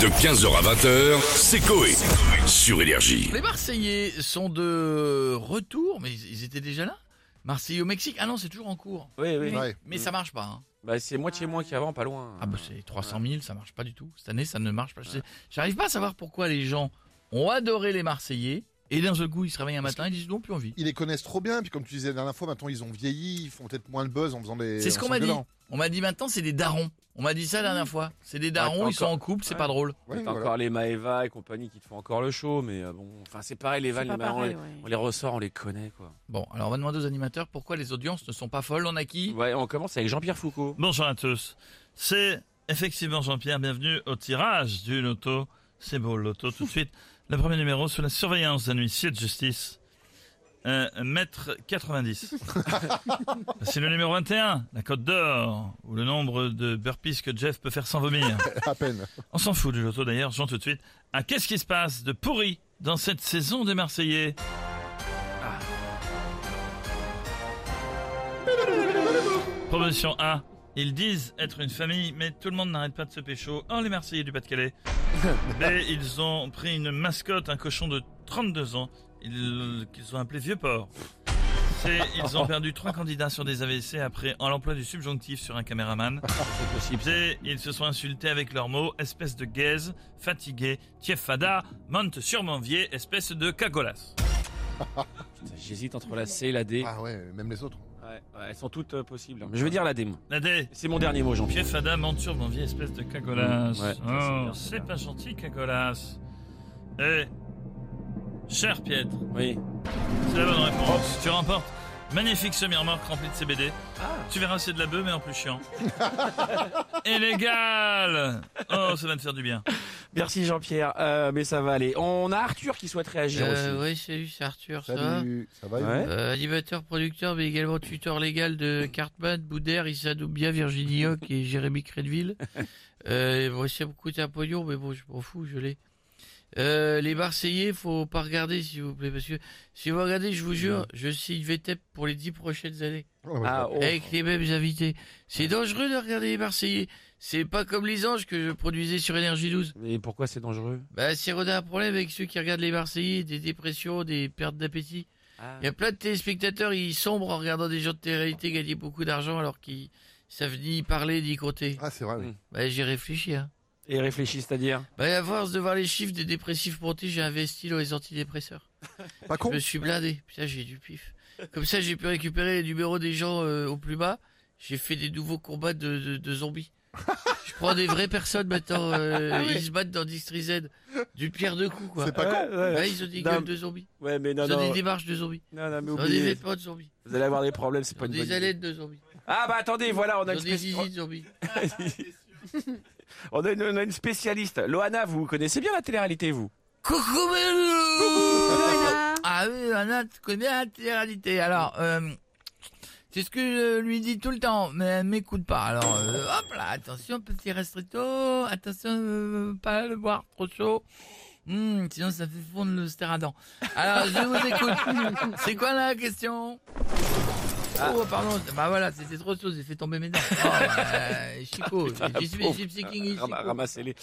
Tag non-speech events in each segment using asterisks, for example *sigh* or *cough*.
De 15h à 20h, c'est Coé. Sur Énergie. Les Marseillais sont de retour, mais ils étaient déjà là Marseille au Mexique Ah non, c'est toujours en cours. Oui, oui. Ouais. Mais ça marche pas. hein. Bah, c'est moitié moins qu'avant, pas loin. Ah bah c'est 300 000, ça marche pas du tout. Cette année, ça ne marche pas. Je sais- J'arrive pas à savoir pourquoi les gens ont adoré les Marseillais et d'un seul coup, ils se réveillent un matin et ils disent non, plus envie. Ils les connaissent trop bien, puis comme tu disais la dernière fois, maintenant ils ont vieilli, ils font peut-être moins le buzz en faisant des. C'est ce en qu'on m'a dit. s'engueulant. On m'a dit maintenant, c'est des darons. On m'a dit ça la dernière fois. C'est des darons, Ah Ouais, ils sont en couple, c'est Ouais. pas drôle. Ouais, T'as voilà. encore les Maeva et compagnie qui te font encore le show, mais euh, bon, enfin c'est pareil, les C'est vannes, les pas marrons, pareil, on, les, ouais. on les ressort, on les connaît quoi. Bon, alors on va demander aux animateurs pourquoi les audiences ne sont pas folles. On a qui Ouais, on commence avec Jean-Pierre Foucault. Bonjour à tous. C'est effectivement Jean-Pierre, bienvenue au tirage du loto. C'est beau, le loto, tout de suite. Le premier numéro sous la surveillance d'un huissier de justice. Euh, mètre *laughs* 90. C'est le numéro 21, la cote d'or, ou le nombre de burpees que Jeff peut faire sans vomir. À peine. On s'en fout du loto d'ailleurs, j'en tout de suite. Ah, qu'est-ce qui se passe de pourri dans cette saison des Marseillais Ah. Promotion A. Ils disent être une famille, mais tout le monde n'arrête pas de se pécho. Oh, les Marseillais du Pas-de-Calais. B. Ils ont pris une mascotte, un cochon de 32 ans, ils- qu'ils ont appelé Vieux Porc. C. Ils ont perdu trois candidats sur des AVC après en l'emploi du subjonctif sur un caméraman. Et ils se sont insultés avec leurs mots espèce de gaze, fatigué, tiefada, monte surmanvier, espèce de cagolas. Putain, J'hésite entre la C et la D. Ah ouais, même les autres. Ouais, ouais, elles sont toutes euh, possibles. Mais je vais dire la D. moi. Nadé, C'est mon dernier mot, Jean-Pierre. tiefada, monte surmanvier, espèce de cagolas. Ouais, ça, c'est oh, bien, ça. c'est pas gentil, cagolas. Eh, cher Pietre, Oui. c'est la bonne réponse. Tu remportes. Magnifique semi-remorque remplie de CBD. Oh. Ah. Tu verras, c'est de la bœuf, mais en plus chiant. *laughs* Et légal Oh, ça va te faire du bien. Merci Jean-Pierre, Euh, mais ça va aller. On a Arthur qui souhaite réagir aussi. Euh, oui, salut, c'est Arthur, Salut, ça va Ouais. Euh, animateur, producteur, mais également tuteur légal de Cartman, Boudère, Issa Doubia, Virginie Hoc et Jérémy *laughs* Crédville. Euh, moi, ça me coûte un pognon, mais bon, je m'en fous, je l'ai. Euh, les Marseillais, faut pas regarder, s'il vous plaît, parce que si vous regardez, je vous jure, je signe VTEP pour les dix prochaines années, Oh, bah, Ah, oh. avec les mêmes invités. C'est dangereux de regarder les Marseillais. C'est pas comme les anges que je produisais sur Énergie 12. Mais pourquoi c'est dangereux Bah, c'est on a un problème avec ceux qui regardent les Marseillais, des dépressions, des pertes d'appétit. Ah. Il y a plein de téléspectateurs, ils sombrent en regardant des gens de télé-réalité gagner beaucoup d'argent alors qu'ils savent ni parler ni compter. Ah, c'est vrai, oui. Bah, j'ai réfléchi, hein. Et réfléchis, c'est-à-dire Bah, à force de voir les chiffres des dépressifs monter, j'ai investi dans les antidépresseurs. Mm. Pas Je con. me suis blindé. Putain, j'ai du pif. Comme ça, j'ai pu récupérer les numéros des gens euh, au plus bas. J'ai fait des nouveaux combats de, de, de zombies. Je prends des vraies personnes maintenant. *laughs* euh, Ah Ils se battent dans District Z. Du pierre de coups, quoi. C'est pas con. ouais, Ouais, ils ont des Non. gueules de zombies. Ouais, mais non, Ils ont non. des démarches de zombies. Non, non, mais Ils ont des oubliez. vêtements de zombies. Vous allez avoir des problèmes, c'est Ils ont pas une des bonne idée. ailettes de zombies. Ah bah attendez, voilà, on a Ils une ont des spéciale. zizi de zombies. On a, une, on a une spécialiste. Loana, vous connaissez bien la télé-réalité, vous Coucou Belou Ah oui, Anna, tu connais la télé-réalité. Alors, euh, c'est ce que je lui dis tout le temps, mais elle m'écoute pas. Alors, euh, hop là, attention, petit restricto, attention, euh, pas le boire trop chaud. Hmm, sinon ça fait fondre le stéradent. Alors, je vous écoute. c'est quoi la question Oh, pardon, bah voilà, c'était trop chaud, j'ai fait tomber mes dents. Oh, euh, Chico, je suis pauvre. Gypsy King ici. Ram- Ramassez-les.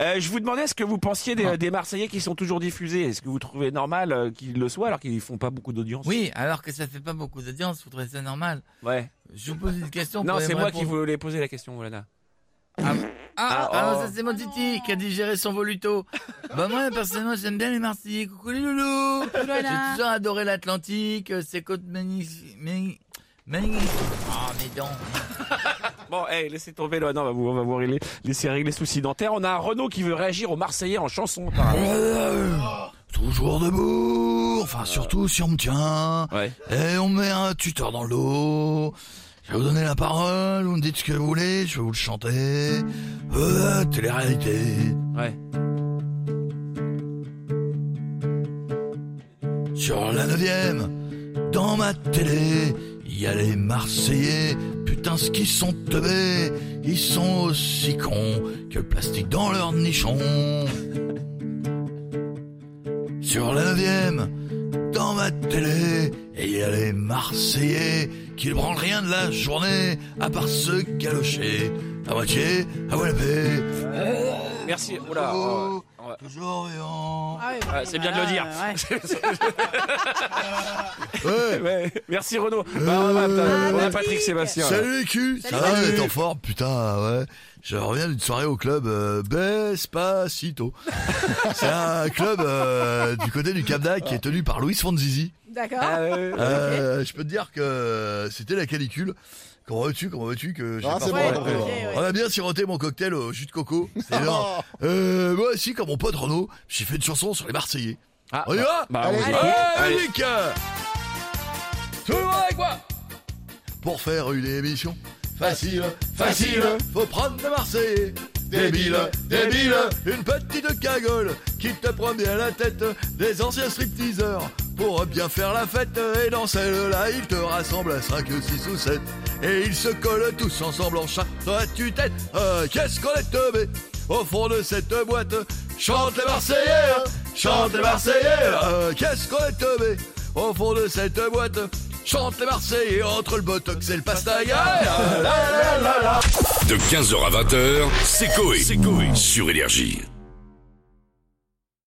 Euh, je vous demandais ce que vous pensiez des, Ah. des Marseillais qui sont toujours diffusés. Est-ce que vous trouvez normal euh, qu'ils le soient alors qu'ils font pas beaucoup d'audience Oui, alors que ça fait pas beaucoup d'audience, vous trouvez ça normal Ouais. Je vous pose une question. non, pourriez c'est me moi répondre. qui voulais poser la question, Loana. Ah, Ah, ah, oh. ça c'est mon titi qui a digéré son *laughs* voluto. bah moi personnellement j'aime bien les Marseillais. Coucou les loulous. J'ai Lola. toujours adoré l'Atlantique, euh, ses côtes magnifiques. Magnifiques. Oh mais donc. Bon, hey, laissez tomber, Loana. On va vous, on va vous régler, laisser régler les soucis dentaires. On a Renaud qui veut réagir aux Marseillais en chanson. apparemment. Euh, Toujours debout, enfin surtout si on me tient, Ouais. et on met un tuteur dans l'eau. Je vais vous donner la parole, vous me dites ce que vous voulez, je vais vous le chanter. Euh, télé-réalité. Ouais. Sur la neuvième, dans ma télé, il y a les Marseillais, putain ce qu'ils sont teubés, ils sont aussi cons que le plastique dans leur nichon. Sur la neuvième, dans ma télé, et il y a les Marseillais qui ne branlent rien de la journée, à part se galocher, à moitié, à voilà Merci. Oula, oh, ouais. Ouais. Toujours vivant. Ah ouais, Ouais, c'est bien de le voilà, dire. Ah, *laughs* ouais. Ouais, Ouais. Merci Renaud. Bah, ouais, ouais, putain, on a Patrick. Patrick Sébastien. là. Salut les culs, ça va, vous êtes en forme, putain, ouais. Je reviens d'une soirée au club euh, Bespacito. C'est un club euh, du côté du Cap d'Agde qui est tenu par Louis Fonzizi. D'accord. Ah, ouais. Euh, je peux te dire que c'était la canicule. Comment veux-tu, comment veux-tu que j'ai Ah, pas c'est fait bon, un- ouais, euh, ouais, ouais. On a bien siroté mon cocktail au jus de coco. C'est énorme. Euh, moi aussi, comme mon pote Renaud, j'ai fait une chanson sur les Marseillais. Ah, On y bah, va bah, on y Allez. va. Allez, Nick Tout le monde avec moi Pour faire une émission facile, facile, faut prendre des Marseillais. Débile, débile, une petite cagole qui te prend bien la tête des anciens stripteaseurs. Pour bien faire la fête, et dans celle-là, ils te rassemblent à 5, 6 ou 7. Et ils se collent tous ensemble en chat à tue-tête. Euh, Qu'est-ce qu'on est tombé au fond de cette boîte Chante les Marseillais, chante les Marseillais. Euh, Qu'est-ce qu'on est tombé au fond de cette boîte Chante les Marseillais entre le botox et le pastaga. Euh, la, la, la, la. De 15h à 20h, c'est Coé. Sur Énergie.